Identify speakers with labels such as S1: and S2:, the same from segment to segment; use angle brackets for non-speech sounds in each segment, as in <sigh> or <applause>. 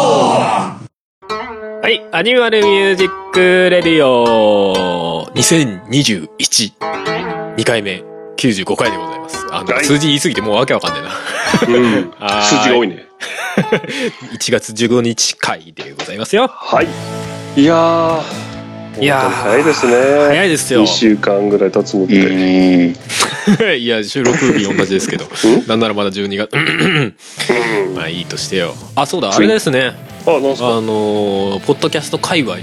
S1: はい、アニマルミュージックレディオ2021、2回目、95回でございます。あの、
S2: はい
S1: 数字言いすぎてもうわけわかんないな。
S2: うん。
S1: はい
S2: 数字が多いね。
S1: 1月15日回でございますよ。
S2: はい。いやー。
S1: いやー
S2: 本当に早いですね。
S1: 早いですよ
S2: 2。週間ぐらい経つもん
S3: う
S2: ね。
S3: ん。
S1: <laughs> いや、収録日同じですけど
S2: ん。
S1: なんならまだ12月。まあいいとしてよ。あ、そうだ、あれですね。
S2: あ、なんす
S1: あ
S2: か
S1: のーポッドキャスト界隈で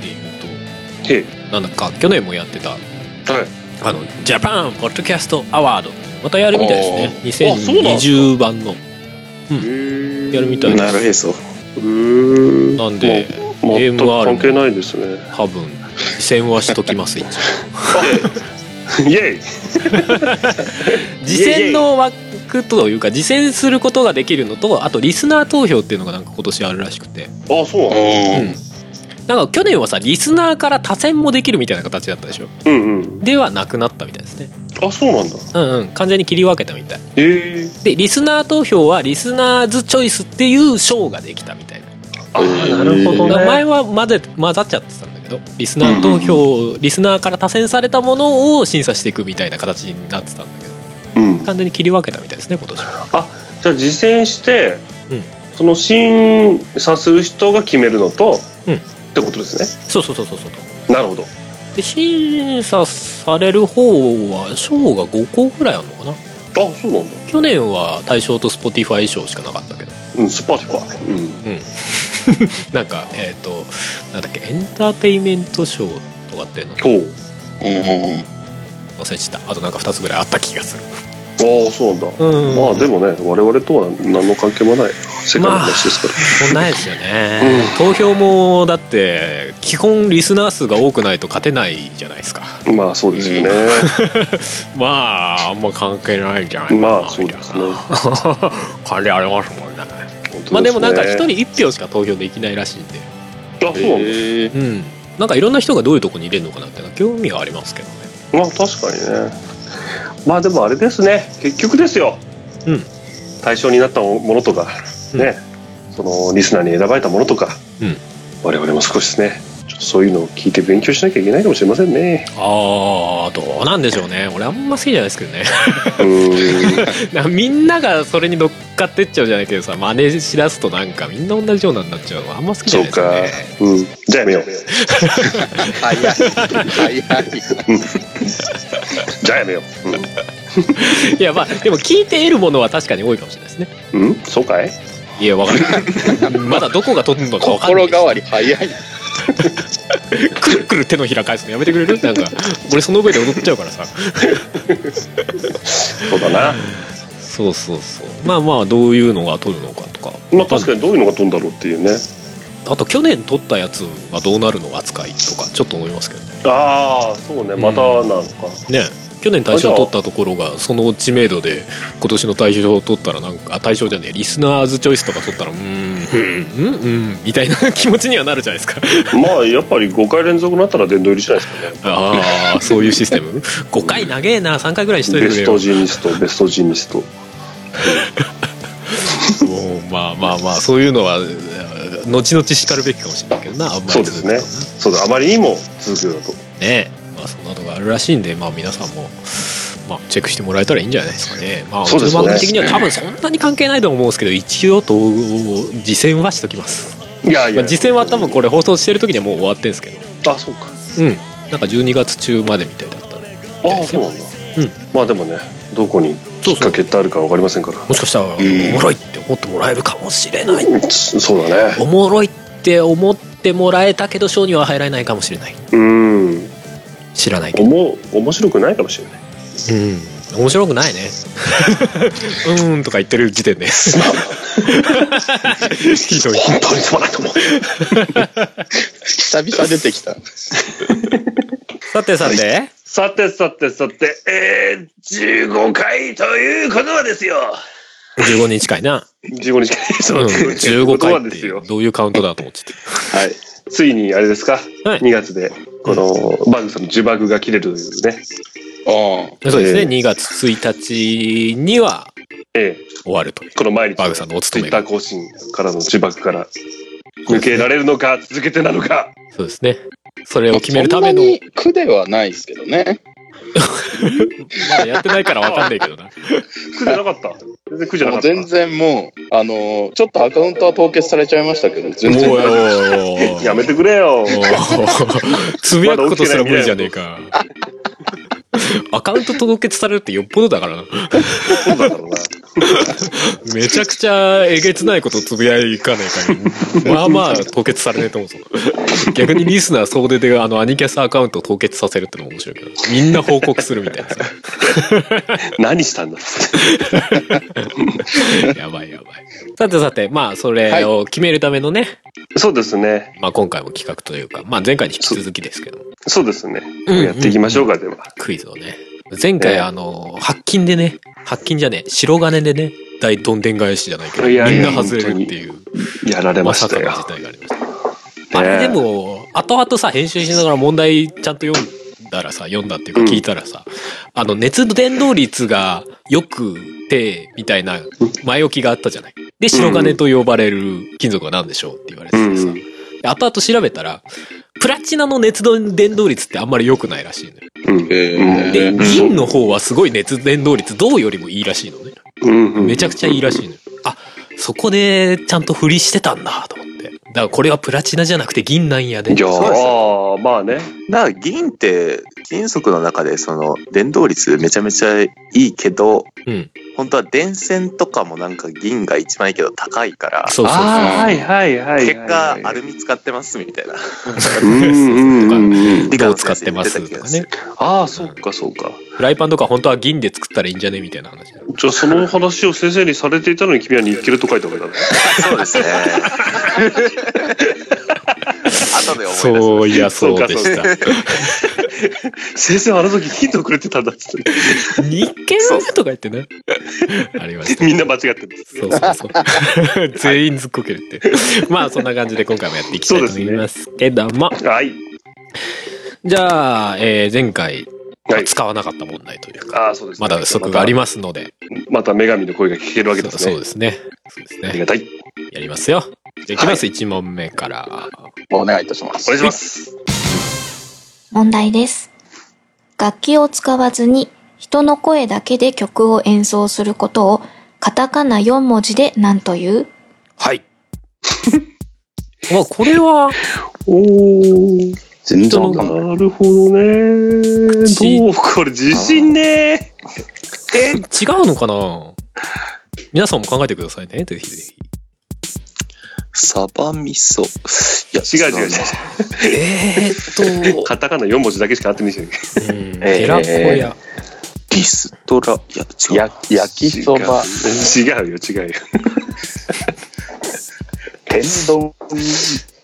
S1: 言う
S2: へい。
S1: と、なんだか、去年もやってた、
S2: はい。
S1: あの、ジャパンポッドキャストアワード。またやるみたいですね。
S2: あーあそうなんですか
S1: 2020版の。やるみたい
S3: な
S1: で
S3: る
S1: す。
S3: へそ。
S2: うーん。
S1: なんで
S2: もう全く
S1: AMR
S2: 関係ないですね。 <laughs>
S1: 多分、線はしときます、一応。
S2: イェイ
S1: 次戦の枠というか、次戦することができるのと、あとリスナー投票っていうのがなんか今年あるらしくて。
S2: あ、そうなの
S3: うん。
S1: なんか去年はさ、リスナーから多選もできるみたいな形だったでしょ。
S2: うんうん。
S1: ではなくなったみたいですね。
S2: あ、そうなんだ。
S1: うんうん、完全に切り分けたみたい。
S2: へえ。
S1: で、リスナー投票はリスナーズチョイスっていう賞ができたみたいな。
S2: あ、なるほど
S1: 名前
S2: ね。
S1: は混ぜ混ざっちゃってたんだけどリスナー投票、リスナーから多選されたものを審査していくみたいな形になってたんだけど
S2: うん。
S1: 完全に切り分けたみたいですね今年は
S2: じゃあ、実践して
S1: うん、
S2: その審査する人が決めるのと、
S1: うん
S2: ってことですね。
S1: そうそうそうそうそう
S2: なるほど。
S1: で審査される方は賞が5個ぐらいあるのかな
S2: あ、そうなんだ。
S1: 去年は大賞と Spotify 賞しかなかったけど
S2: うん、スパティファイ。うん。
S1: なんかえっ、となんだっけエンターテイメント賞とかっていうの
S2: 今日。
S3: うん。
S1: 忘れちゃったあとなんか2つぐらいあった気がする
S2: ああ、そうなんだ。
S1: うん
S2: まあでもね我々とは何の関係もない世界の話ですから、
S1: そんないですよね、投票もだって基本リスナー数が多くないと勝てないじゃないですか
S2: まあ、そうですよね、
S1: まああんま関係ないんじゃないかな
S2: まあそうですね
S1: みたいな <laughs> 関係ありますもんね
S2: 本当すね
S1: まあでもなんか一人一票しか投票できないらしいんで
S2: あそうなんだ、
S3: え
S1: うんなんかいろんな人がどういうとこに入れるのかなっていうのは興味がありますけどね
S2: まあ確かにねまあでもあれですね結局ですよ、
S1: うん
S2: 対象になったものとか
S1: うん
S2: ね、そのリスナーに選ばれたものとか、
S1: うん
S2: 我々も少しですねちょっとそういうのを聞いて勉強しなきゃいけないかもしれませんね
S1: ああどうなんでしょうね俺あんま好きじゃないですけ <laughs> どね <laughs>
S2: うーん
S1: なんかみんながそれに乗っかってっちゃうじゃないけどさ真似しだすとなんかみんな同じようなになっちゃうのあんま好きじゃ
S2: そ
S1: な
S2: う
S1: いですよ
S2: か
S1: ね、
S2: うん、じゃあやめよう
S3: ー、早い。早い。
S2: じゃあやめよ
S1: いやまあでも聞いて得るものは確かに多いかもしれないですね
S2: う、うん、うん、そうかい
S1: いやわか <laughs> んないまだどこが取るのかわかんない
S3: 心変わり早い。
S1: くるくる手のひら返すのやめてくれるなんか俺その上で踊っちゃうからさ
S2: そうだな
S1: そうそうそうまあまあどういうのが取るのかとか
S2: まあ確かにどういうのが飛んだろうっていうね
S1: あと去年取ったやつがどうなるの扱いとかちょっと思いますけどね
S2: ああそうねまたなのか、
S1: ね去年大賞取ったところがその知名度で今年の大賞を取ったらなんかあ大賞じゃねえリスナーズチョイスとか取ったらうーんうんうんうんみたいな気持ちにはなるじゃないですか
S2: まあやっぱり5回連続なったら殿堂入りしないです <laughs> かね
S1: ああそういうシステム5回長えな3回ぐらいしといて
S2: ベ
S1: くれ
S2: ス
S1: よ
S2: トジーニストベストジーニスト
S1: もうまあまあまあそういうのはえー後々しかるべきかもしれないけどなあんまり
S2: そうですねそうだあまりにも続くようだと
S1: ねまあそんなのがあるらしいんでまあ皆さんもまあチェックしてもらえたらいいんじゃないですかねまあうち
S2: そうで
S1: の
S2: すね
S1: 番組的には多分そんなに関係ないと思うんですけど一応と次戦はしときます
S2: いやい
S1: まあ
S2: や
S1: 次戦は多分これ放送してる時にはもう終わってんですけど
S2: あそうか
S1: うんなんか12月中までみたいだったね
S2: ああそうなんだ、
S1: うん
S2: まあでもねどこにきっかけってあるか分かりませんから
S1: もしかしたらお
S3: ん
S1: もろいって思ってもらえるかもしれない
S2: うんそそうだね
S1: おもろいって思ってもらえたけど賞には入られないかもしれない
S2: うん
S1: 知らないけ
S2: お
S1: ど
S2: も面白くないかもしれない
S1: うん面白くないねうーんとか言ってる時点でひどい
S2: 本当にすまないと思う
S3: 久々出てきた。
S1: さてさて、
S2: <laughs> さてさてさてえー、15回ということはですよ
S1: 15日近いな、
S2: 15日間
S1: う
S2: そ
S1: ん、
S2: の
S1: 15
S2: ことは
S1: 回っ
S2: ですよ
S1: てどういうカウントだと思ってて
S2: はい。ついに、あれですか、
S1: はい
S2: 2月で、この、バグさんの呪バグが切れるというね。
S3: うん。
S1: そうですね、
S2: えー
S1: 2月1日には
S2: え
S1: 終わるという
S2: え、この毎日
S1: バーグさんのお
S2: ツイ
S1: 勤め
S2: ッタ
S1: が
S2: ー更新からの呪縛から抜けられるのか続けてなのか
S1: そうですねそれを決めるため
S3: そ
S1: の
S3: んなに苦ではないですけどね。
S1: まだやってないからわかんないけど
S2: <laughs>
S1: な
S2: 苦じゃなかった全然苦じゃな
S3: も
S2: か
S3: う
S2: った
S3: 全然もう、あのーちょっとアカウントは凍結されちゃいましたけど、全然
S1: おいおい
S3: 大
S1: おいおい
S2: やめてくれよ
S1: おつぶやくことすら無理じゃねえか。アカウント凍結されるってよっぽどだからな。
S2: そうだからな
S1: めちゃくちゃえげつないことつぶやかねえかに。まあまあ凍結されねえと思うぞ。逆にリスナー総出であのアニキャスアカウントを凍結させるってのも面白いけど。みんな報告するみたいなさ。
S2: <laughs> 何したんだ
S1: やばいやばい。さてさて、まあそれを決めるためのね、
S2: そうですね
S1: まあ今回も企画というか、まあ前回に引き続きですけども、
S2: そうですね、
S1: うん
S2: やっていきましょうかでは
S1: クイズをね。前回、
S2: ええ
S1: あの、白金でね、白金じゃねえ、白金でね、大どんでん返しじゃないけど、
S2: いやい
S1: みん
S2: や
S1: な外れるっていう、
S2: やられま
S1: ま
S2: し
S1: さ
S2: た
S1: かの
S2: よ
S1: 事態がありました。あれでも、後々さ、編集しながら問題ちゃんと読んだらさ、読んだっていうか
S2: うん
S1: 聞いたらさ、あの、熱伝導率が良くて、みたいな前置きがあったじゃない。で、白金と呼ばれる金属は何でしょうって言われててさ、
S2: うん
S1: で後々調べたら、プラチナの熱伝導率ってあんまり良くないらしいのよ。
S2: うん
S3: え
S1: で、
S3: うん
S1: 銀の方はすごい熱伝導率、銅よりもいいらしいのね。
S2: うんうん
S1: めちゃくちゃいいらしいのよ。あ、そこでちゃんと振りしてたんだと思って。だからこれはプラチナじゃなくて銀なんやで。
S2: いや
S4: そうです
S2: ーまあね
S4: だから銀って金属の中でその電動率めちゃめちゃいいけど
S1: うん。
S4: 本当は電線とかもなんか銀が一番いいけど高いから
S1: そうそうそう。
S2: ああはいはいはいはい
S4: 結果アルミ使ってますみたいな
S2: うんうんうんうん
S1: 銅使ってますとかね。
S2: ああそうかそうか
S1: フライパンとか本当は銀で作ったらいいんじゃねみたいな話。
S2: じゃあそのお話を先生にされていたのに君はニッケルと書いておいたんだ
S4: そうですね <laughs> 後で思い出しました
S1: そういや、そうでした。
S2: <laughs> 先生はあの時ヒントくれてたんだっつって
S1: 日経だとか言ってね。ありました。
S2: みんな間違ってる
S1: そうそうそう。 <laughs> 全員ずっこけるって。まあそんな感じで今回もやっていきたいと思いますけども。
S2: はい
S1: じゃあ、えー前回、
S2: はい
S1: 使わなかった問題というか、
S2: ああそうです
S1: まだ不足がありますので、
S2: また女神の声が聞けるわけです
S1: そう
S2: ね
S1: ですね。そうです
S2: あり
S1: ね。
S2: がたい
S1: やりますよ。じゃあいきます、一1問目から。
S3: お願いいたし
S2: お
S3: ま
S2: 願い
S3: す。
S2: します
S5: 問題です。楽器を使わずに人の声だけで曲を演奏することをカタカナ4文字で何という
S1: はい。まあ、これは、
S2: おー
S3: 全然わかんない。
S2: なるほどね
S1: 口
S2: どうこれ自信ね
S1: 違うのかな皆さんも考えてくださいね、ぜひぜひ。
S4: サバ味噌いや
S2: 違う違う違う
S1: えーっと、
S2: カタカナ4文字だけしか合ってないじゃん
S1: うん、寺子屋。
S4: リストラいや違う
S3: や焼きそば、
S2: 違うよ違うよ
S3: 天丼、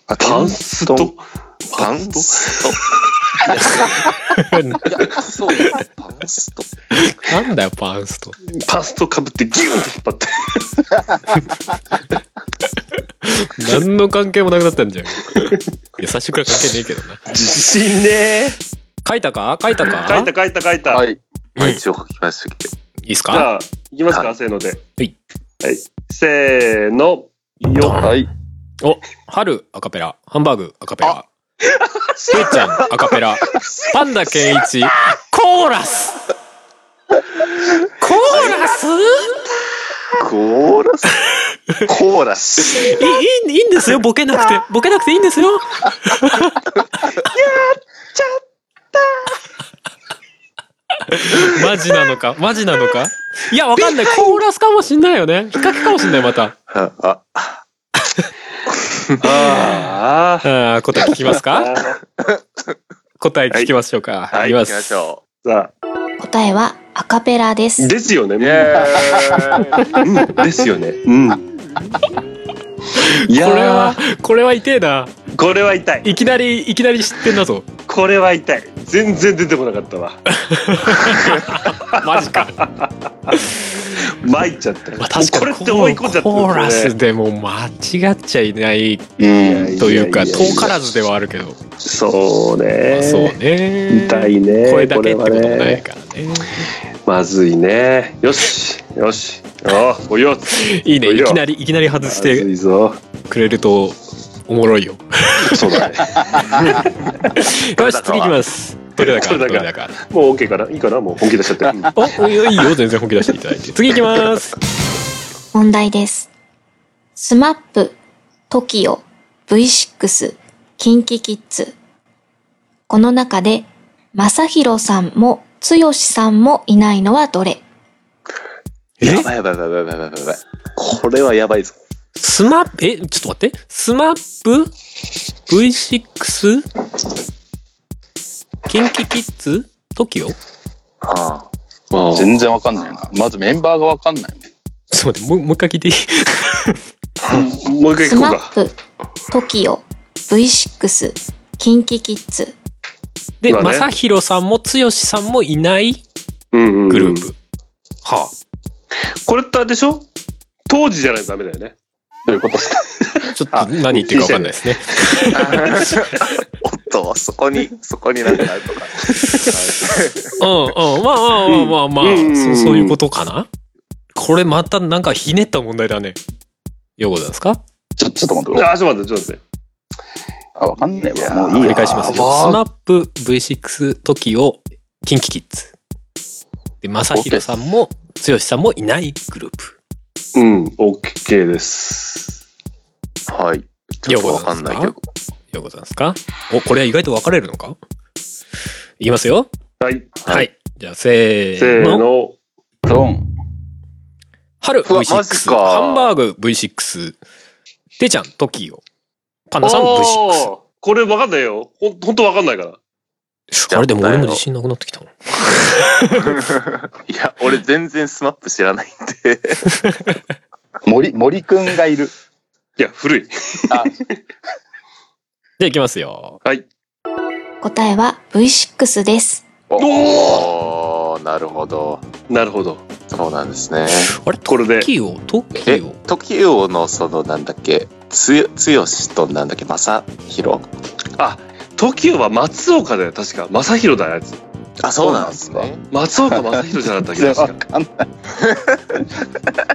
S4: あ
S2: タ
S4: タン
S2: ンスと
S4: パンスト <laughs> い
S2: <laughs>
S4: やそうパンスト
S1: なんだよ、パンスト。
S2: パンストかぶってギュンって引っ張って
S1: 何の関係もなくなったんじゃ <laughs> ん。いや、最初から関係ねえけどな。
S2: 自信ね
S1: 書いたか書いたか
S2: 書いた書いた書いた、
S3: はい、
S4: まあ一応書きましたけど
S1: いいっす
S2: じ
S1: か、
S2: ゃあいきますか、
S4: は
S2: せーのではいはい、せーのよ
S3: はい、
S1: お、春アカペラ、ハンバーグアカペラ、けいちゃんアカペラ、パンダケンイチ、コーラスコーラス
S4: コーラス <laughs> コーラス
S1: いいいいいんですよ、ボケなくて。ボケなくていいんですよ。やっちゃったマジなのかマジなのかいや、わかんない。コーラスかもしんないよね。比較かもしんない、また。
S4: ああ
S2: ああ
S1: あー答え聞きますか
S2: さ
S1: 答え聞きましょうか。
S4: はい
S1: き
S4: 行
S1: ま
S4: きますしょ
S2: あ
S5: 答えはアカペラです。
S2: ですよねうんですよねうんい
S1: これは
S2: やー、
S1: これは痛えな。
S2: これは痛い
S1: いきなり、いきなり知ってんだ
S2: <laughs>
S1: ぞ。
S2: これは痛い全然出てこなかった
S1: <laughs>
S2: わ
S1: マジか。
S2: 参っちゃった
S1: まあ、確かに
S2: これって思い込んじゃったんですよね
S1: コーラスでも間違っちゃいない
S3: うん、
S1: というか、
S2: いやいやいや
S1: 遠からずではあるけど。
S2: そうね
S1: まあそうね。
S2: 痛いね
S1: 声だけってことも
S2: これは
S1: ない
S2: ね
S1: からね。
S2: まずいねよしよしああ、およ。
S1: いいね
S2: いい
S1: い
S2: よ
S1: きなりいきなり外し
S2: 熱
S1: て
S2: いぞ。
S1: くれるとおもろいよ
S2: そうだね。
S1: よし次いきますどれだか
S2: ど
S1: ど
S2: れ
S1: れ
S2: だ
S1: だか
S2: もう OK かないいかなもう本気出しちゃって。うん
S1: おいいよ全然本気出していただいて次いきます
S5: 問題です。スマップ、トキオ、V6、キンキキッズ。この中で、まさひろさんも、つよしさんもいないのはどれ
S1: え
S4: やばいやばいやばいやばいやばいやばい。これはやばいぞ。
S1: スマップえちょっと待ってスマップ V6 キンキキッズ TOKIO
S4: あ
S3: 全然わかんないな。まずメンバーがわかんない。
S1: ちょっと待ってもうもう一回聞いていい
S2: もう一回
S5: ス
S2: 聞こ
S5: マ
S2: うか
S5: ッ。プ、トキオ、V6、キンキキッズ。
S1: で、
S2: <laughs> 今ね
S1: まさひろさんも剛さんもいない
S2: うんうん
S1: グループ、は
S2: これってあれでしょ当時じゃないとダメだよね。
S3: どういうことですか
S1: あちょっと何言ってるか分かんないですね
S4: おっと、そこ <laughs> に、そこになんかあるとか。
S1: うんうん。まあまあまあまあまあ、
S2: うん
S1: そうそういうことかな。これまたなんかひねった問題だね。ようございますか
S3: ちょ、ちょっと待って。
S2: あ、ちょっと待って、ちょっと待って。
S3: あ、わかんないわ。もう
S1: 繰
S3: いいや。
S1: り返しますよ。スマップ V6 時をキンキキッズ。で、まさひろさんも、つよしさんもいないグループ。
S2: うん、OK です。
S4: はい。ちょっとわかんないけ
S1: よ
S4: ど
S1: う。ようございますかお、これは意外と分かれるのかいきますよ。
S2: はい。
S1: はい。
S4: い
S1: じゃあ、せー
S2: せー
S1: の。
S2: の。
S3: ドン。
S1: 春
S4: うわマジ
S1: V6。
S4: か
S1: ハンバーグ V6。てちゃん、トキオ。パンダさん V6。
S2: おーこれわかんないよ。ほん、ほんとわかんないから。
S1: あれでも俺も自信なくなってきたな。
S4: いや、俺全然スマップ知らないんで。
S3: 森、森くんがいる。
S2: いや、古い。
S3: あ、
S1: じゃあ行きますよ。
S5: 答えは V6 です。
S4: おーなるほど。
S2: なるほど。
S4: そうなんですね。
S1: あれ
S2: これで
S1: トキオ、ト
S4: え
S1: キオ。、
S4: 時王のそのなんだっけ、つよ、つよしとなんだっけ、まさひろ
S2: TOKIO は松岡だよ、確か。正宏だよ、あいつ。
S4: あ、そうなんです
S3: そうな
S4: ね。
S2: 松岡正宏じゃなかった
S3: 全然
S2: っ
S1: <laughs>
S2: け
S3: わ
S2: 確か。
S3: かんない。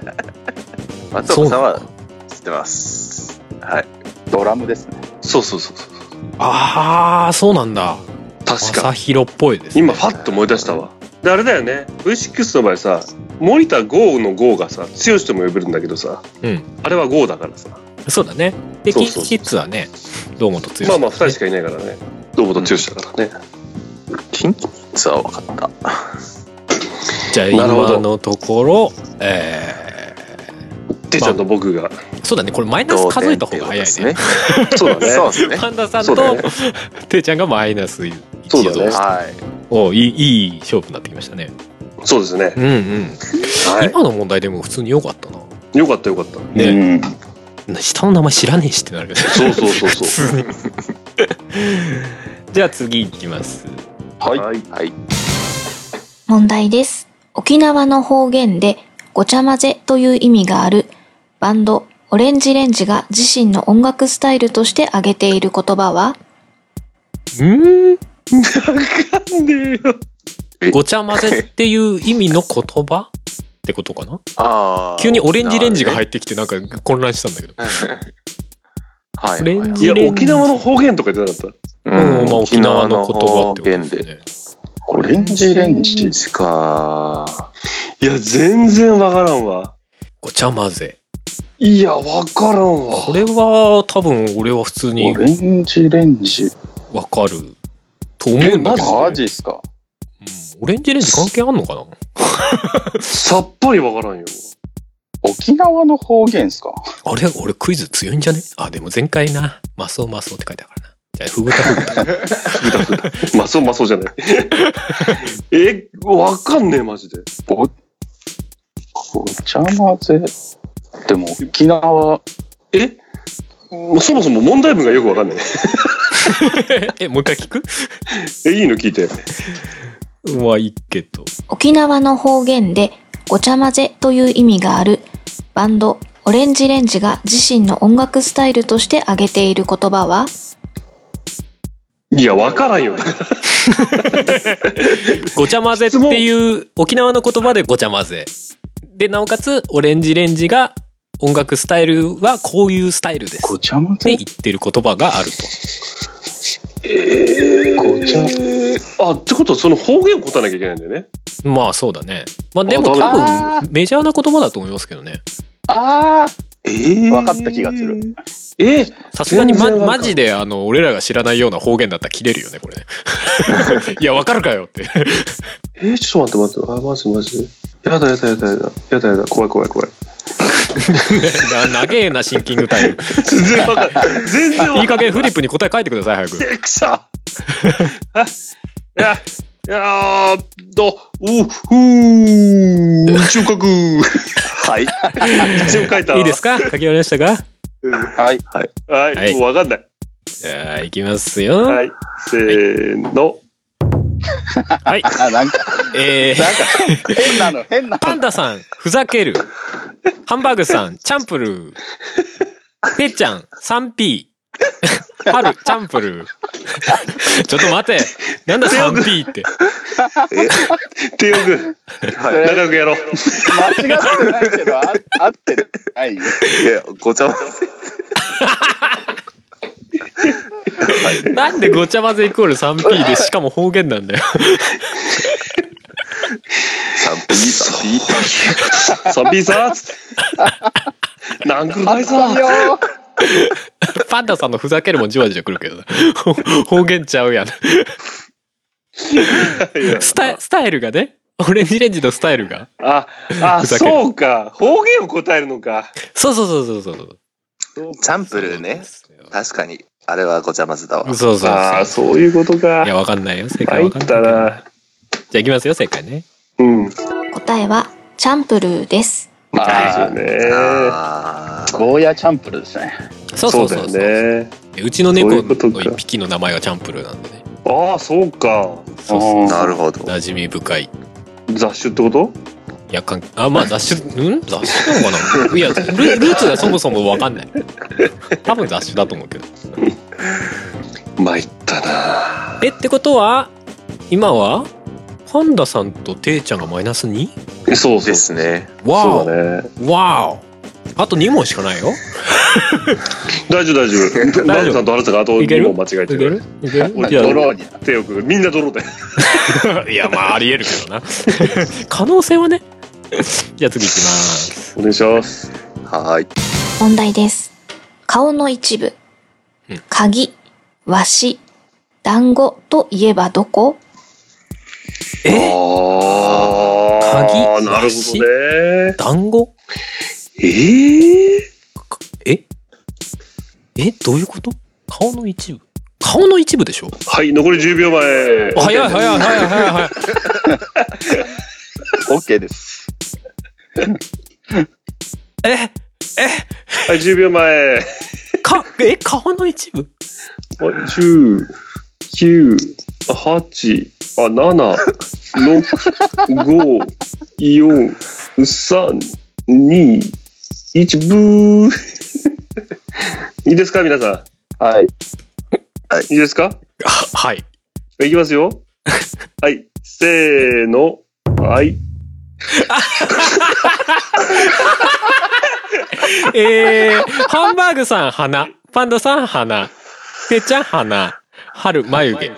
S4: 松岡さん
S1: そうな
S4: は
S1: の
S4: 知ってます。はい。
S3: ドラムですね。
S2: そうそうそうそう。
S1: ああ、そうなんだ。
S2: 確か。
S1: 朝広っぽいです、ね。
S2: 今、ファッと思い出したわ。で、あれだよね。V6 の場合さ、森田剛の剛がさ、剛とも呼べるんだけどさ、
S1: うん
S2: あれは剛だからさ。
S1: そうだね。で、
S2: そ
S1: キ
S2: う
S1: ン
S2: そう
S1: キキッズはね、堂本剛さん。
S2: まあまあ、二人しかいないからね。堂本剛だからね。
S4: キンキツは分かった。
S1: じゃあ
S2: なるほど
S1: 今のところ、え
S2: てっちゃんと僕が。
S1: ー、そうだね、これマイナス数えた方が早いね。
S4: そうだね。そうですね。
S1: パンダさん
S2: そ
S1: と、
S2: うだね
S1: てーちゃんがマイナス1
S2: そうだね
S1: を
S4: は
S1: お
S4: い。
S1: いい、いい勝負になってきましたね。
S2: そうですね
S1: う。んうん。
S2: は
S1: 今の問題でも普通に良かったな。
S2: い。よかったよかった。
S1: ね、
S3: うん。
S1: 下の名前知らねえしってなるけど。
S2: そうそうそうそ
S1: 普
S2: う。
S1: 通に <laughs> じゃあ次いきます
S3: はい
S2: はい。
S4: はい。
S5: 問題です。沖縄の方言でごちゃ混ぜという意味があるバンドオレンジレンジが自身の音楽スタイルとして挙げている言葉は
S1: うん
S2: なんでよ。
S1: ごちゃ混ぜっていう意味の言葉ってことかな
S4: あー
S1: 急にオレンジレンジが
S4: なる
S1: 入ってきてなんか混乱したんだけど
S4: ほどねはい。
S1: オレン
S2: い
S1: ジ
S2: や、沖縄の方言とか言ってなかった。
S4: う
S1: うん
S4: ん
S1: まあ沖縄の言葉ってことですよ
S4: で。
S1: ね
S3: オレンジレンジ。
S4: しか。
S2: いや、全然わからんわ。
S1: ごちゃ混ぜ
S2: いや、わからんわ。
S1: これは多分俺は普通に
S3: オレンジレンジ。
S1: わかると思うんだけど、
S3: マ
S1: ね
S3: ジっすか
S1: うんオレンジレンジ関係あんのかな
S2: さっぱりわからんよ。
S3: 沖縄の方言っすか
S1: あれ俺クイズ強いんじゃねあでも前回なマスオマスオって書いてあるからなじゃあフグタフグタ
S2: ふだふだ。まあ、そうまあ、そうじゃ <laughs> ない。え、わかんねえ、マジで。
S3: お、ごちゃ混ぜ。でも沖縄、
S2: えもうそもそも問題文がよくわかんない。
S1: えもう一回聞く
S2: え、いいの聞いて。
S1: まあいいけど
S5: 沖縄の方言でごちゃ混ぜという意味があるバンドオレンジレンジが自身の音楽スタイルとして挙げている言葉はい
S2: や、わからんよ。
S1: ごちゃ混ぜっていう沖縄の言葉でごちゃ混ぜで、なおかつ、オレンジレンジが、音楽スタイルはこういうスタイルです。
S3: ごちゃ混
S1: って
S3: ぜ
S1: 言ってる言葉があると。
S3: ごちゃ。
S2: あ、ってことはその方言を答えなきゃいけないんだよね。
S1: まあそうだね。まあでも多
S3: あ
S1: 分メジャーな言葉だと思いますけどね。
S3: ああ
S4: えー、
S3: 分かった気がする。
S2: え
S1: さすがに、
S2: 全
S1: ま、
S2: 然わか
S1: マ
S2: ん
S1: ジであの、俺らが知らないような方言だったら切れるよね、これね。いや、わかるかよって。 <laughs>
S2: えー、ちょっと待って待って。あ、マジマジ。やだやだやだやだ。やだやだ。怖い怖い怖い。
S1: な長えな、シンキングタイム。
S2: 全然わかんない。全然わ
S1: いい
S2: か
S1: 加減フリップに答え書いてください、早く。
S2: んない。くしゃ。あいや、い <laughs> やーっと、う、ふー、一応書く。
S4: はい。
S2: 一応書いた。
S1: いいですか書き終わりましたか
S3: はい。
S2: はい、
S1: はい
S2: もうわかんない。
S1: じゃあ、いきますよ。は。
S2: はいい、せーの。
S3: あ、なんか、
S1: えー
S3: なんか、変なの、変な
S1: パンダさん、ふざける。ハンバーグさん、チャンプルー。てっちゃん、3P。はる、チャンプルー。ちょっと待て。なんだ 3P って。
S2: 手をグー、
S4: は
S2: 仲良くやろう。
S3: の。間違ってないけど、あ合ってる。はい。
S4: い。いや、ごちゃ混ぜ。
S1: なんでごちゃ混ぜイコール 3P で、しかも方言なんだよ。
S4: さん、ピーさん、ピー。
S2: サビーさーっつって。なんくるないさー。
S3: よ
S1: パンダさんのふざけるもじわじわくるけどな。ほ方言ちゃうやん。スタイスタイルがね。オレンジレンジのスタイルが。
S2: あ、あ、
S1: ふざける
S2: そうか。方言を答えるのか。
S1: そうそうそうそうそう。
S4: チャンプルーね。確かに、あれはごちゃ混ぜだわ
S1: そう。そうそう。
S2: ああ、そういうこと
S1: いや、
S2: か。
S1: わかんないよ。正解
S2: 入
S1: わ
S2: っ
S1: かんない。
S2: たな。
S1: じゃあいきますよ、正解ね。
S2: うん。
S5: 答えはチャンプルーです。
S2: そ
S3: あ
S2: う
S3: あ、
S2: ね。
S4: あー
S3: ゴーヤチャンプルーですね。
S1: そう
S2: そ
S1: そう
S2: うだ
S1: そう
S2: よ
S1: そう
S2: ね。
S1: うちの猫
S2: そ
S1: の
S2: ういうことか
S1: 一匹の名前がチャンプルーなんでね。
S2: ああ、そうか。
S1: そうそう。
S4: なるほど。
S1: 馴染み深い。い
S2: 雑種ってこと
S1: や、関係あ、まあ雑種、うん雑種なのかないやル、ルーツがそもそもわかんない。多分雑種だと思うけど。
S2: 参ったな。
S1: え、ってことは、今は、パンダさんとテイちゃんがマイナス 2?
S2: そうそ
S4: で
S2: う。
S4: すね。
S1: わ
S2: そ
S1: お、
S2: うだね。
S1: わおあと2問しかないよ。
S2: 大丈夫、
S1: <laughs>
S2: 大丈夫。マルさんとあなたがあと
S1: いけ
S2: 2
S1: る
S2: 問間違え
S1: い
S2: て
S1: け
S2: る。
S1: るいける
S3: まあ
S1: いや
S3: ドローに。
S2: 手を組むみんなドローだよ。
S1: いや、まあ、あり得るけど
S2: <laughs>
S1: な。可能性はね。じゃあ次行きます。
S2: お願いします。
S4: はーい。
S5: 問題です。顔の一部
S1: うん。
S5: 鍵、和紙、団子といえばどこ
S1: え
S2: ああ、
S1: 鍵
S2: なるほどね。
S1: 団子
S2: ええ
S1: ええどういうこと顔の一部顔の一部でしょ
S2: はい、残り10秒前。
S1: 早い早い早い早い早い。
S3: OK です。
S1: え
S2: はい、10秒前。はい、
S1: か、え顔の一部
S2: 10、9、8、あ、7、6、5、4、3、2、1、ブー。 <laughs> いいですか、皆さ
S3: は
S2: ん。
S3: い。
S2: いいですか
S1: はい。
S2: いきますよ。はい、せーの。はい。
S1: えー、ハンバーグさん鼻。パンダさん鼻。てっちゃん鼻。春眉毛。あ、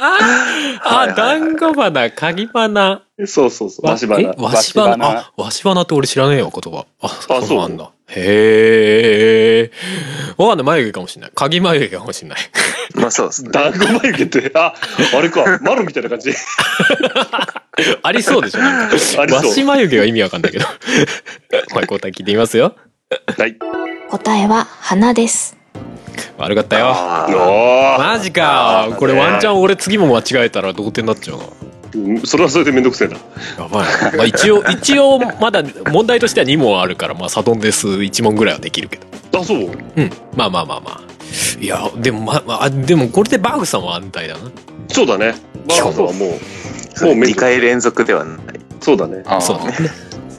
S1: あ、
S4: はいはいは
S1: 団子花、鍵花。
S2: そうそうそう、マシバ
S1: え
S2: ナ。
S1: わしば
S3: わしばな
S1: な。あ、わしばなって俺知らねえよ、言葉。あ、
S2: そう
S1: そうなんだ。へえ。わかんない、眉毛かもしんない。鍵眉毛かもしんない。 <laughs>
S4: まあそうですね。
S2: 団子眉毛って、あ、あれか、マロみたいな感じ。
S1: ありそうでしょなんか
S2: ありそう
S1: わし眉毛は意味わかんないけど。 <laughs> まあ、答え聞いてみますよ。
S2: はい。
S5: 答えは花です。
S1: 悪かったよ。
S4: あー
S2: <laughs> あ
S1: マジ
S4: あ
S1: か
S4: ー。
S1: これワンチャン俺次も間違えたら同点になっちゃうな。
S2: ーそれはそれでめんどくせえな。
S1: やばいな。まあ、一応、一応、まだ問題としては2問あるから、まあ、サドンデス1問ぐらいはできるけど。
S2: あ、そう
S1: うん。まあまあまあまあ。いや、でも、まあまあ、あでもこれでバーグさんは安泰だな。
S2: そうだね。バーガーさんはもう、もうめんど
S4: 2回連続ではない。
S2: そうだね。
S3: あー
S1: そうだね。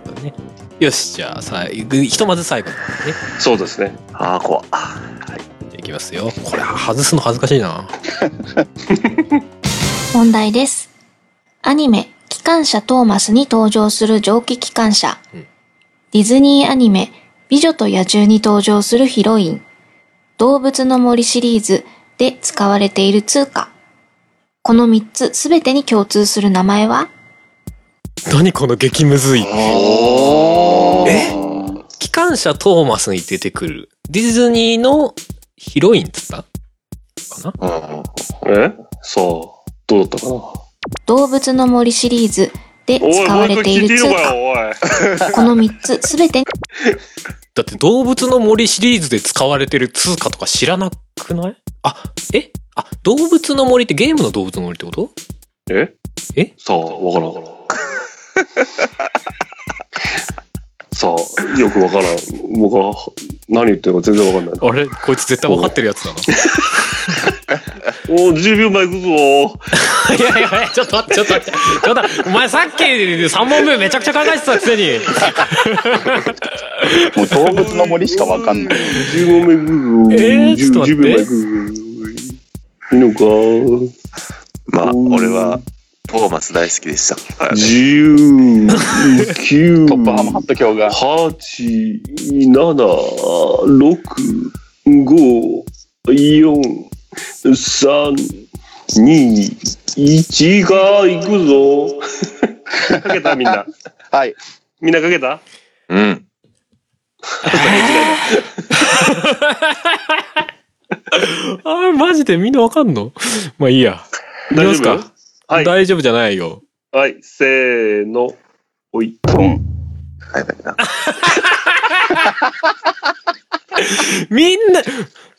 S1: そうだね。よし、じゃあさ、いひとまず最後だね。
S2: そうですね。
S4: ああ、怖っ
S1: じゃあいきますよ。これ、外すの恥ずかしいな。
S5: 問題です。アニメ、期感謝トーマスに登場する蒸気機関車、
S1: うん
S5: ディズニーアニメ美女と野獣に登場するヒロイン、動物の森シリーズで使われている通貨。この3つすべてに共通する名前は
S1: 何この激ムズい。え機関車トーマスに出てくる。ディズニーのヒロインっつったかな
S4: うん。
S2: えさあ、どうだったかな
S5: 動物の森シリーズで
S2: おい、
S5: 使
S2: もう
S5: わ
S2: 一
S5: れ
S2: 回
S5: て
S2: 聞
S5: い
S2: いて
S5: る
S2: いい
S5: 通
S2: のか
S5: 貨。
S2: よ、おい。
S5: この3つすべてに
S1: だって動物の森シリーズで使われてる通貨とか知らなくないあ、えあ、動物の森ってゲームの動物の森ってこと
S2: え
S1: え
S2: さあ、わからん。
S3: <laughs>
S2: さあ、よくわからん。僕は何言ってるか全然わかんない。
S1: あれこいつ絶対分かってるやつだな。
S2: おー、10秒前行くぞ
S1: いやいやいや、ちょっと待って、ちょっと待って。ちょっと待って、お前さっき3問目めちゃくちゃ考えてたくせに。
S3: もう動物の森しかわかんない。
S2: 10秒前行くぞ
S1: えーちょっと待って
S2: 10秒前行くぞいいのか
S4: まあ、
S2: うん
S4: 俺は、トーマス大好きでしたから
S3: <laughs>
S4: ね。
S2: 10、9、
S3: トップハムハット卿が。
S2: 八、七、六、五、四、三、二、一が行く
S3: <laughs>
S2: ぞ。かけたみんな。
S3: はい。
S2: みんなかけた
S4: うん。
S1: あれマジでみんなわかんのまあいいや。
S2: 大
S1: いきます
S2: 丈
S1: か
S2: 夫はい。
S1: 大丈夫じゃないよ。
S2: はい、せーの。おい。
S3: トン。
S4: はいはいはい。
S1: みんな、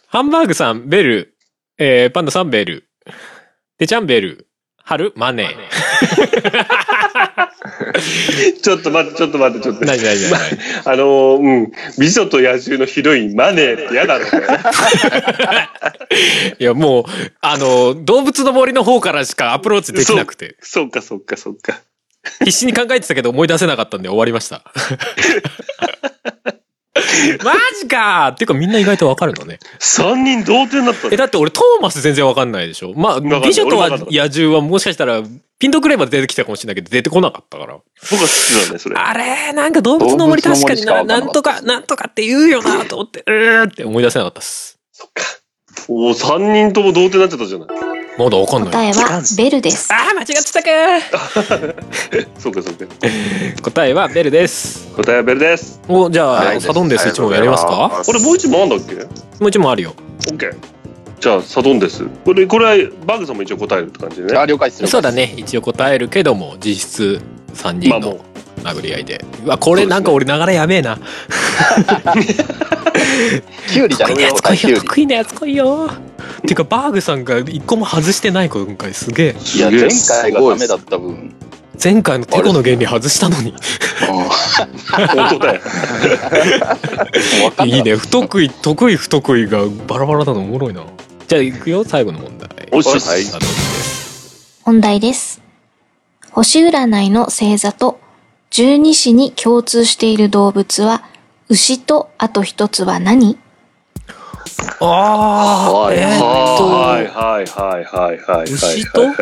S1: ハンバーグさん、ベル、えー、パンダさん、ベル、でちゃん、ベル、春、マネー。
S2: ちょっと待って、ちょっと待って、ちょっと
S1: な
S2: 待
S1: になに
S2: っ
S1: なになに
S2: て。あのー、うん。美女と野獣のヒロイン、マネーって嫌だろ。
S1: いや、もう、あの、動物の森の方からしかアプローチできなくて、
S2: そっか、そっか、そっか。
S1: 必死に考えてたけど思い出せなかったんで終わりま
S2: <laughs>
S1: した。マジかーっていうかみんな意外とわかるのね。
S2: 三人同点だった
S1: え、
S2: の
S1: だって俺トーマス全然わかんないでしょまあ、
S2: かんない
S1: 美女とは
S2: 俺もわかん
S1: 野獣はもしかしたら、ピンとくれば出てきたかもしれないけど、出てこなかったから。
S2: 僕は好きなんね、それ。
S1: あれーなんか動物の森
S3: 動物
S1: 確かに
S3: の森しか
S1: な、
S3: わかんな
S1: な
S3: か
S1: ん
S3: っ
S1: と
S3: た
S1: か、なんとかって言うよなと思って、うーって思い出せなかったっす。
S2: おお、三人とも同点になっちゃったじゃない。
S1: まだわかんない。
S5: 答えはベルです。
S1: あー間違ってたかー
S2: そうか、そうか。
S1: 答えはベルです。
S2: 答えはベルです。
S1: お、じゃあ、
S4: はい
S1: サドンデス1問やります
S4: あり
S1: か
S4: が
S2: こ
S4: と
S2: れ
S4: う
S2: もう
S4: ござい
S2: 一問あんだっけ
S1: もう1問あるよ。
S2: オッケー。じゃあ、サドンです。これ、これは、バグさんも一応答えるって感じでね。
S3: あ、了解する。
S1: そうだね。一応答えるけども、実質3
S2: まあ
S1: 人
S2: も
S1: の殴り合いで。うわ、これなんか俺流れやべえな。
S3: <laughs> キュウリじゃ
S1: 得
S3: ね
S1: 意なや
S3: えよ
S1: つ。
S3: 答
S1: 来
S3: え
S1: いよ
S3: キュウリ。
S1: 得意なやつ来いよっていうかバーグさんが一個も外してない今回すげえ
S2: う。
S3: いや、前回がダメだった分。うん
S1: 前回のテコの原理外したのに
S2: 本当だよ。
S3: わかんない
S1: いね不得意得意不得意がバラバラなのおもろいなじゃあいくよ最後の問題
S2: <laughs> おっしゃ
S1: はい
S2: は
S1: あどうぞ
S5: 本題です。星占いの星座と十二支に共通している動物は牛とあと一つは何
S1: あー
S3: はい
S1: えーっと
S2: はい、はい、はい、はい、はい。
S1: 牛と
S2: はい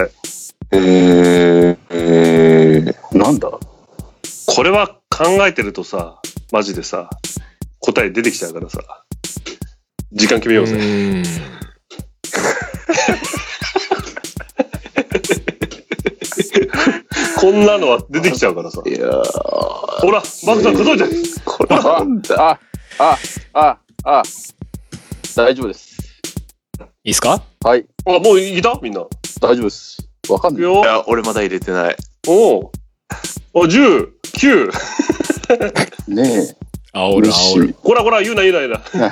S4: えー、えー、
S3: なんだ
S2: これは考えてるとさ、マジでさ、答え出てきちゃうからさ。時間決めよう
S1: う
S2: ぜ。
S1: ーん
S2: こんなのは出てきちゃうからさ。
S4: いやー
S2: ほら、バグさん数えて。
S4: これは
S3: あ、あ、あ、あ、あ、大丈夫です。
S1: いいっすか
S3: はい、
S2: あ、もういたみんな。い
S3: 大丈夫です。わかん
S2: く
S3: ない。
S2: よ
S4: い。や、俺まだ入れてない。
S2: おお。あ、十、九。
S3: ね
S1: 煽る煽る
S2: こらこら、言うな、言うな、言うな。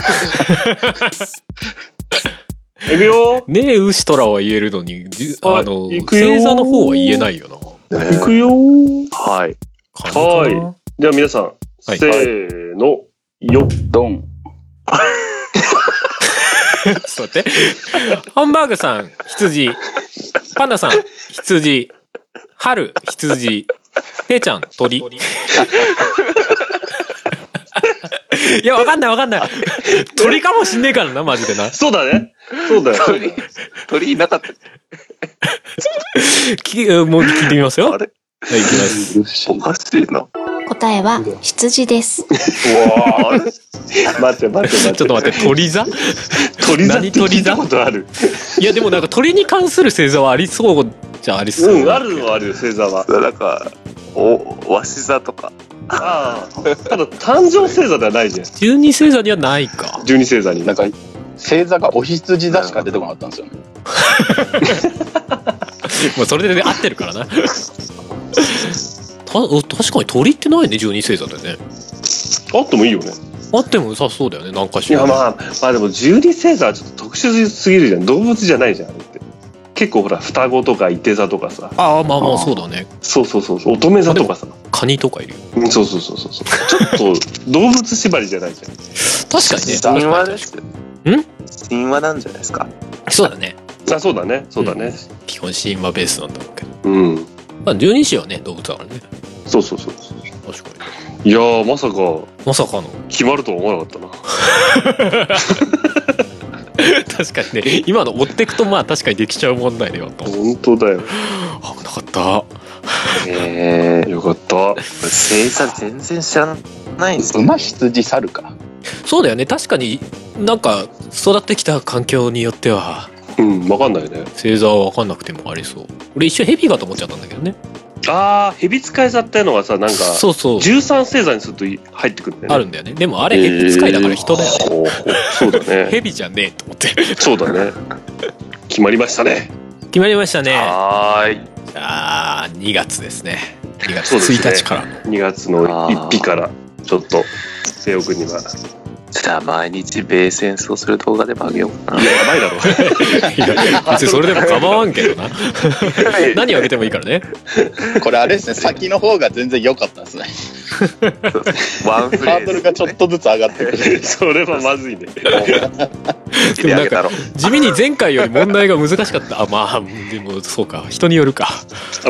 S2: いくよ。
S1: ねえ牛虎は言ええるのにじ
S2: あ
S1: あの
S2: いくよー
S1: 星座の方は言えないよな
S4: え
S2: い
S4: ー
S2: くよ。
S4: はい。
S1: 感じかな
S2: はでは皆さん、
S1: はい
S2: せーの、よ。
S3: え、ドン。
S1: ちょっと待って。ハンバーグさん、羊。パンダさん、羊。春、羊。てーちゃん、鳥。いや、わかんないわかんない。鳥かもしんねえからな、マジでな。
S2: そうだね。そう
S4: <laughs>
S2: だよ。
S4: 鳥いなかった。
S1: きもう聞いてみますよ。はい、行きます。
S4: おかしいな。
S5: 答えは羊です。
S2: わあ。待って待って待って。
S1: ちょっと待って、鳥座
S2: 鳥座って
S1: 何鳥
S2: 聞い
S1: 座
S2: たことある。
S1: いや、でもなんか鳥に関する星座はありそうじゃありそう。
S2: うん、あるのはあるよ、星座は。
S4: なんか、お、わし座とか。
S2: ああ。ただ、誕生星座ではないじゃん。
S1: 十二星座にはないか。
S2: 十二星座に。
S3: なんか星座がお羊座しか出てこなかったんですよね
S1: まあ、それで、ね、合ってるからな。たお確かに鳥ってないね、十二星座でね。
S2: あってもいいよね。
S1: あっても良さそうだよね、何かし
S2: い
S1: ら。
S2: や、まあ、まあでも、十二星座はちょっと特殊すぎるじゃん。動物じゃないじゃん、あれって。結構ほら、双子とか、いて座とかさ。
S1: ああ、まあま
S3: あ
S1: あ、
S3: ー
S1: そうだね。
S2: そうそうそうそう。乙女座とかさ。
S1: カニとかいるよ。
S2: うんそうそうそうそうそう。ちょっと、動物縛りじゃないじゃん。
S1: 確かにね。
S4: 神話です。ん
S1: ん
S4: 神話なんじゃないですか。
S1: そうだね。
S2: あ、そうだね。そうだね。
S1: 基本神話ベースなんだろうけど。
S2: うん。
S1: まあ、十二支はね、動物だからね。
S2: そうそうそう。
S1: 確かに。
S2: いやー、まさか、
S1: まさ
S2: <laughs>
S1: かの。
S2: 決まるとは思わなかったな。
S1: 確かにね、今の追っていくと、まあ、確かにできちゃう問題だよと。
S2: 本当だよ。
S1: 危なかった。
S4: ええ
S2: よかった。
S4: 星座全然知らないんですよ
S3: 馬羊猿か
S1: そうだよね、確かになんか育ってきた環境によっては
S2: うん、わかんないね。
S1: 星座は分かんなくてもありそう俺一瞬ヘビかと思っちゃったんだけどね
S2: あー、蛇使い座ってのはさ、なんか、
S1: そうそう
S2: 13星座にすると入ってくるんだよね。
S1: あるんだよねでもあれヘビ使いだから人だよね、
S2: よね。そうだね。
S1: ヘビじゃねえと思って
S2: そうだね。決まりましたね。
S1: 決まりましたね
S4: はーい。
S1: じゃあ2月ですね2月
S2: そうですね
S1: 1日
S2: <laughs>
S1: からの、
S2: 2月の1日から、ちょっと、西尾君には。
S4: じゃあ毎日米戦争する動画でもあげようかな。
S2: やばいだ
S1: <laughs> い
S2: ろ。
S1: や別にそれでも構わんけどな何をあげてもいいからね
S3: これあれですね先の方が全然良かったですね
S4: ワンフレ
S3: ハ
S4: ー
S3: ー
S4: ズ
S3: ドルがちょっとずつ上がってくる
S2: それはまずいね。
S4: つけてあげたろ。
S1: 地味に前回より問題が難しかったあまあでもそうか人によるか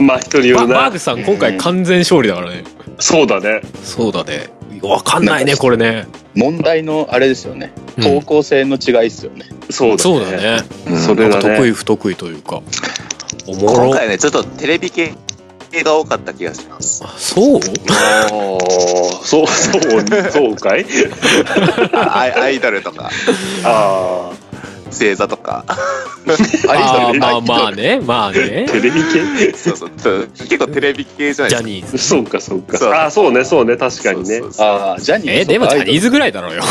S2: まあ、人によ
S1: バ
S2: る
S1: バー
S2: な。
S1: グさん今回完全勝利だからね
S2: そうだね。
S1: そうだねわかんないねこれね
S3: 問題のあれですよね
S1: うん
S3: 方向性の違いっすよね、
S2: そうだね。
S1: そうだ。ね
S4: うん
S2: そ
S1: な
S2: れ
S1: ん
S2: だ
S1: か得
S2: ね。
S1: 意不得意というかおも
S4: 今
S1: ろ
S4: 回ね、ちょっとテレビ系が多かった気がします。
S1: あそう
S2: あーそう、そう、そうかい
S4: あアイアイドルとか、
S2: ああ。
S4: 星座とか。
S1: あ
S3: ア
S1: ー
S3: イドル
S1: まあまあねまあね
S2: テレビ系
S4: そうそうそう結構テレビ系じゃない
S1: ジャ
S4: ですか。
S1: ニーズ
S2: そうかそうか。
S4: そう
S2: ああ、そうね、そうね、確かにね。
S4: そうそうそう
S3: あージャニーズ
S1: えでもジャニー
S3: ズ
S1: ズぐらいだ
S2: <laughs>
S1: ろうよ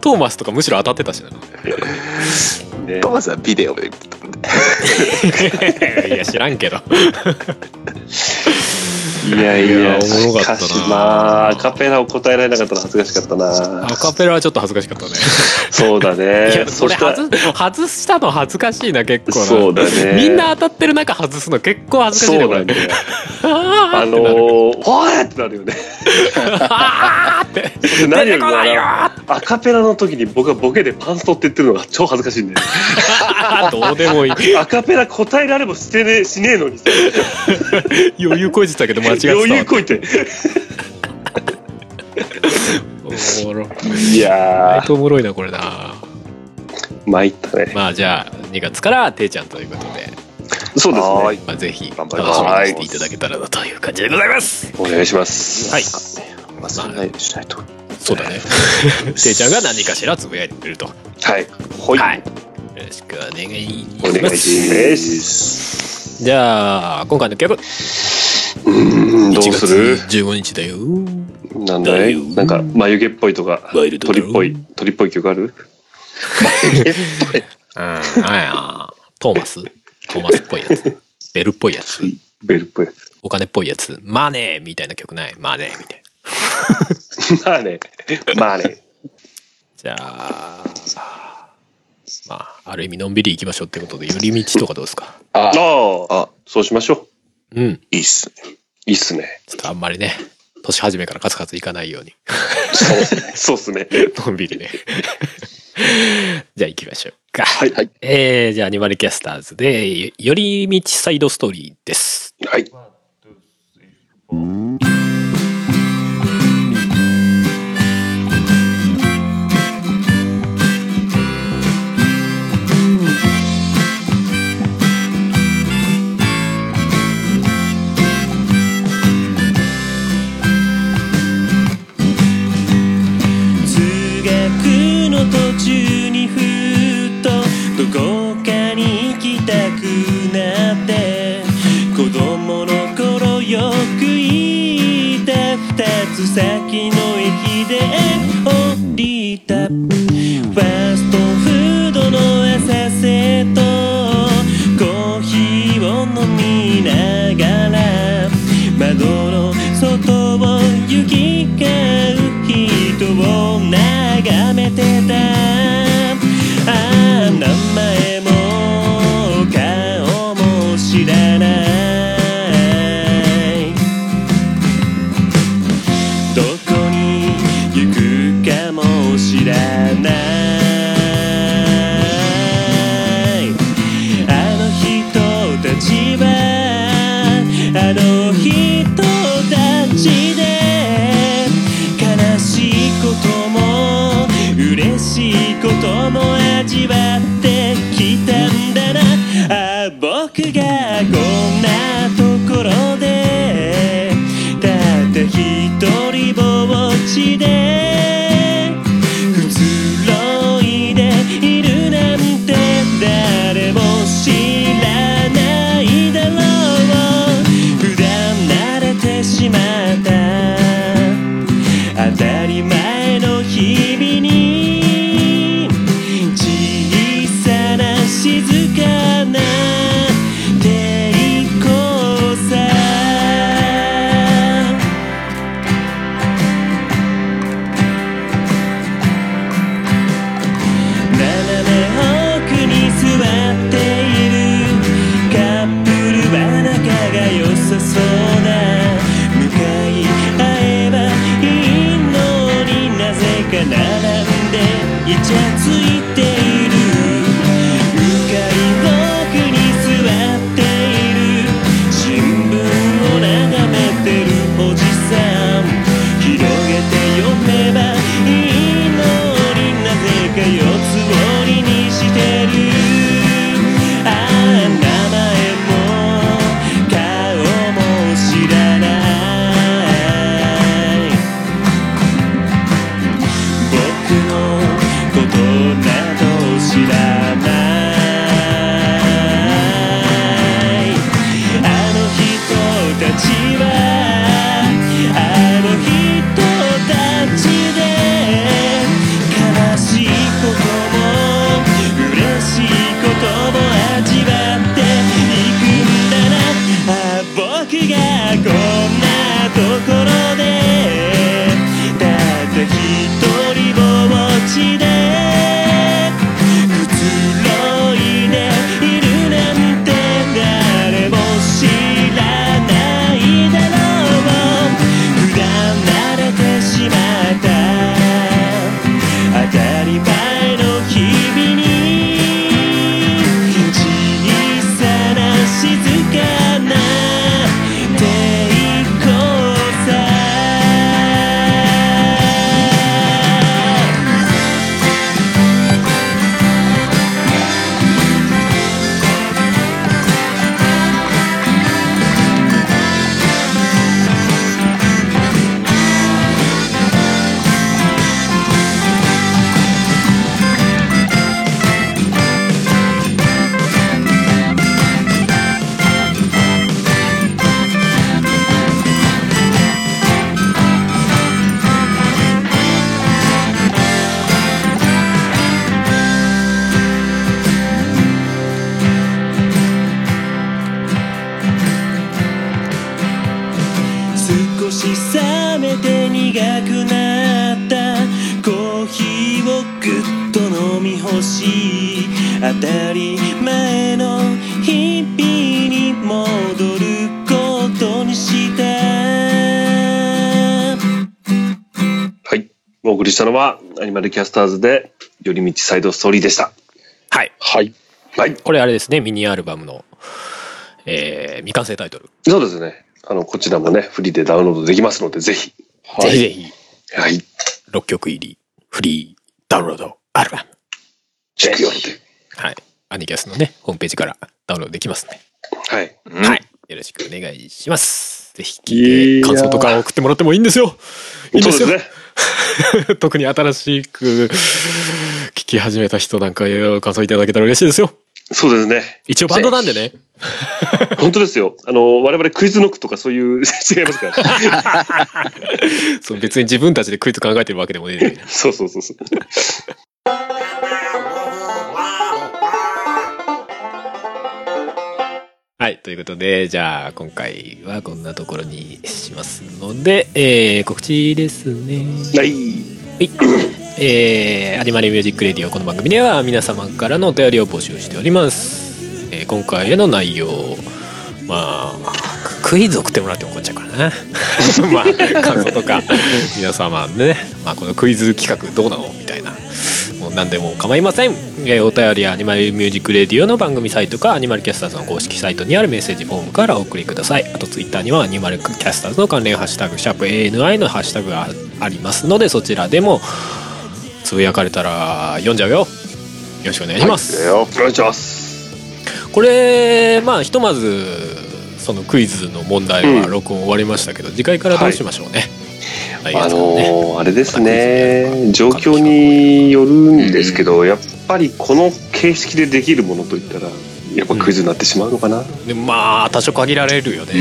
S1: トーマスとかむしろ当たってた
S2: <laughs>
S1: しな
S2: ね
S4: トマスはビデオで見てたんで。
S1: いや知らんけ
S2: <laughs>
S1: ど
S2: いやい
S1: いや
S2: や、
S1: おもろかったな
S2: しかしまあ、アカペラを答えられなかったの恥ずかしかったな
S1: ア。カペラはちょっと恥ずかしかったね
S2: そうだ
S1: い
S2: ね
S1: や。それ
S2: したら
S1: 外外したの恥ずかしいな結構な
S2: そうだね。
S1: みんな当たってる中外すの結構恥ずかしい
S2: そ
S1: ね
S2: う
S1: これ
S2: なんだよ。
S1: あ
S2: あ
S1: ー
S2: のー、おいってなるよね。
S1: あーって
S2: 何
S1: 出てこないよー
S2: アカペラの時に僕はボケでパンストって言ってるのが超恥ずかしいんだよ。
S1: <laughs> あーどうでもいい
S2: アカペラ答えられもしてね、しねえのにさ。
S1: 余裕こいてたけど間違ってたわ
S2: 余裕こいて。
S1: おもろ
S2: いや
S1: 割とおもろいなこれな
S2: ー、参ったね。
S1: まあじゃあ2月からていちゃんということで、
S2: そうです
S4: はー
S2: ね。
S4: い
S1: まあ、ぜひ
S4: 頑
S1: 楽
S4: 張
S1: し
S4: り
S1: み
S4: ま
S1: に
S4: す
S1: していただけたらなという感じでございます
S2: お願いします。
S1: はい
S4: 忘れないようにしないと。は
S1: そう
S2: <laughs>
S1: だねていちゃんが何かしらつぶやいてくれるとよ
S2: はい。
S4: い。
S1: ろしくお願いし
S2: お願
S1: ま
S2: い
S1: す
S2: し
S1: じゃあ今回の曲1
S2: ます。うーん、どう
S1: 月
S2: する
S1: 15日だよ
S2: なんだ
S1: どうい
S2: いうなんか眉毛っぽいとか
S1: ワイルドだろ
S2: 鳥っぽい鳥っぽい曲ある
S1: うんあやトーマストーマスっぽいや
S2: <laughs>
S1: つベルっぽいやつ
S2: ベルっぽいやつ。
S1: お金っぽいやつマネーみたいな曲ないマネーみたいな
S2: まあね。まあね。
S1: じゃあまあある意味のんびり行きましょうってことで寄り道とかどうですか
S3: あー
S2: ああ
S4: あ、
S2: そうしましょ
S1: う
S2: う。
S1: ん
S4: いいっすね。
S2: いいっすね。
S1: ちょっとあんまりね、年始めからカツカツいかないように、
S2: そう。そうっすね。
S1: のんびりね。 <laughs> じゃあ行きましょうか。
S2: はい。はい。
S1: えー、じゃあアニマルキャスターズで、よ寄り道サイドストーリーです。
S2: はい。
S6: 「りたファストフードの浅瀬とコーヒーを飲みながら窓の外を行き交う人を眺めてたああ名前も顔も知らないどこに行くかも知らないあの人たちはあの人たちで悲しいことも嬉しいことも味わってきたんだなあ僕がこんなところでたった一人ぼっちでくつろいでいるなんて誰も知らないだろう普段慣れてしまった当たり前の日々に小さな静かな抵抗さ斜め奥に座っているカップルは仲が良さそうだ向かい合えばいいのになぜか並んでイチャついている向かい奥に座っている新聞を眺めてるおじさん広げて読めばいいのになぜか四つ折りにしてるああ名前も顔も知らない僕のことなど知らないあの人たちはあの人たちで悲しいことも嬉しいことも味わっていくんだなあ僕がこんなところでただ一人ぼっちでくつろいでいるなんて誰も知らないだろう普段慣れてしまった当たり前の日々に小さな静かな抵抗さ少し冷めて苦くなったコーヒーをぐっと飲み干し当たり前の日々に戻ることにした
S2: はい。お送りしたのは、アニマルキャスターズで、寄り道サイドストーリーでした。
S1: はい。
S3: はい。
S2: はい。
S1: これあれですね、ミニアルバムの、えー、未完成タイトル。
S2: そうですね。あの、こちらもね、フリーでダウンロードできますので、ぜひ。
S1: ぜひぜひ、
S2: はい。
S1: 6曲入り、フリーダウンロードアルバム。
S2: チェックよって。
S1: はい。アニキャスのね、ホームページからダウンロードできますね。
S2: はい。
S1: はい。よろしくお願いします。ぜひ聞いて、感想とか送ってもらってもいいんですよ。いいん
S2: そ
S1: で
S2: うですす
S1: よ。
S2: ね。
S1: <laughs> 特に新しく聞き始めた人なんか、いろいろ感想いただけたら嬉しいですよ。
S2: そうですね。
S1: 一応バンドなんでね。
S2: 本当ですよ。あの、我々クイズノックとかそういう <laughs> 違いますから。
S1: そう別に自分たちでクイズ考えてるわけでもねえのにね
S2: そうそうそうそう。
S1: はい、ということで、じゃあ今回はこんなところにしますので、えー、告知ですね。
S2: はい。
S1: はい。えー、アニマルミュージックレディオ、この番組では皆様からのお便りを募集しております。えー今回への内容、まあ、クイズ送ってもらってもこっちゃうからな。 <laughs> まあ、感想とか、皆様ね、まあ、このクイズ企画どうなのみたいな。もう何でも構いません、えーお便りやアニマルミュージックレディオの番組サイトかアニマルキャスターズの公式サイトにあるメッセージフォームからお送りくださいあとツイッターにはアニマルキャスターズの関連ハッシュタグシャープ ANI のハッシュタグがありますのでそちらでもつぶやかれたら読んじゃうよよろしくお願いします、
S4: だよ
S2: お願いします。
S1: これまあひとまずそのクイズの問題は録音終わりましたけど、次回からどうしましょうね、はい
S2: あ
S1: やつもね
S2: のーあれです
S1: またクイズやるか
S2: ね状況によるんですけど、やっぱりこの形式でできるものといったらやっぱクイズになってしまうのかな、
S1: でまあ多少限られるよね
S2: う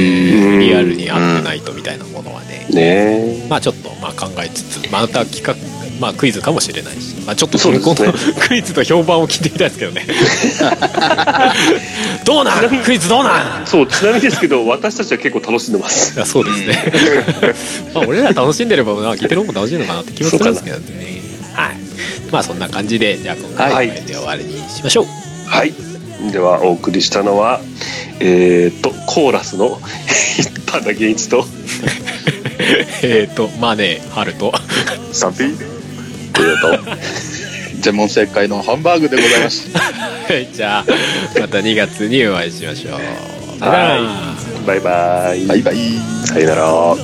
S2: ん
S1: リアルに合ってないとみたいなものはね
S2: ね
S1: まあちょっとまあ考えつつまた企画まあクイズかもしれないし、まあ、ちょっと
S2: そうですね
S1: このクイズと評判を聞いてみたいですけどね <laughs> どうなんクイズどうなん
S2: えそうちなみにですけど私たちは結構楽しんでます
S1: あそうです
S2: <laughs>
S1: ねまあ俺ら楽しんでればまあ聞いてる方も楽しいのかなって気もするんですけどねはいまあそんな感じでじゃあ今回はこ
S2: は
S1: の
S2: い
S1: 辺で終わりにしましょう
S2: はいではお送りしたのはえー、っとコーラスの <laughs> パンダ源一と
S1: えっとまあね春 <laughs> と
S4: サンピー
S3: 全問正解のハンバーグでございました
S1: はいじゃあまた2月にお会いしましょうさよなら
S2: はバイバイ、
S3: バイバイ
S2: さよなら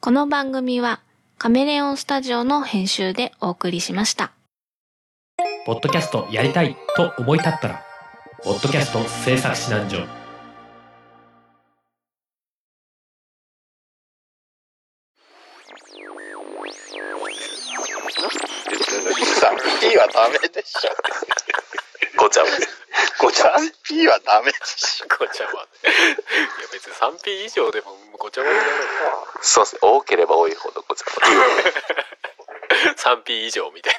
S5: この番組はカメレオンスタジオの編集でお送りしました。
S7: ポッドキャストやりたいと思い立ったら、ポッドキャスト制作指南所。
S3: サンピーはダメでしょ。
S4: ごちゃ
S3: ごちゃサンピーはダメでしょ。
S1: ごちゃま。いや別に 3P 以上でもごちゃまじゃ
S4: そうですね多ければ多いほどごちゃ
S1: ない。3P 以上みたい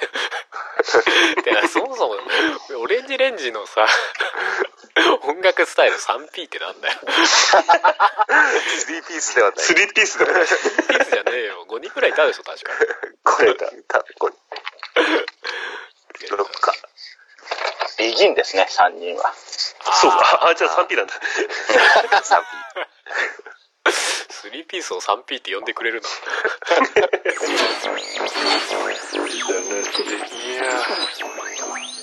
S1: な。いやそもそもオレンジレンジのさ、音楽スタイル 3P ってなんだよ。
S4: 3ピー <laughs> スではない
S2: ーピースだね
S1: 3P じゃねえよ。5人くらいいたでしょ確か。
S4: これだたこれ6か
S3: ビギンですね、三人は。
S2: そうかあじゃあ 3P なんだ
S1: 3P スを 3P って呼んでくれるの。
S4: 3ピー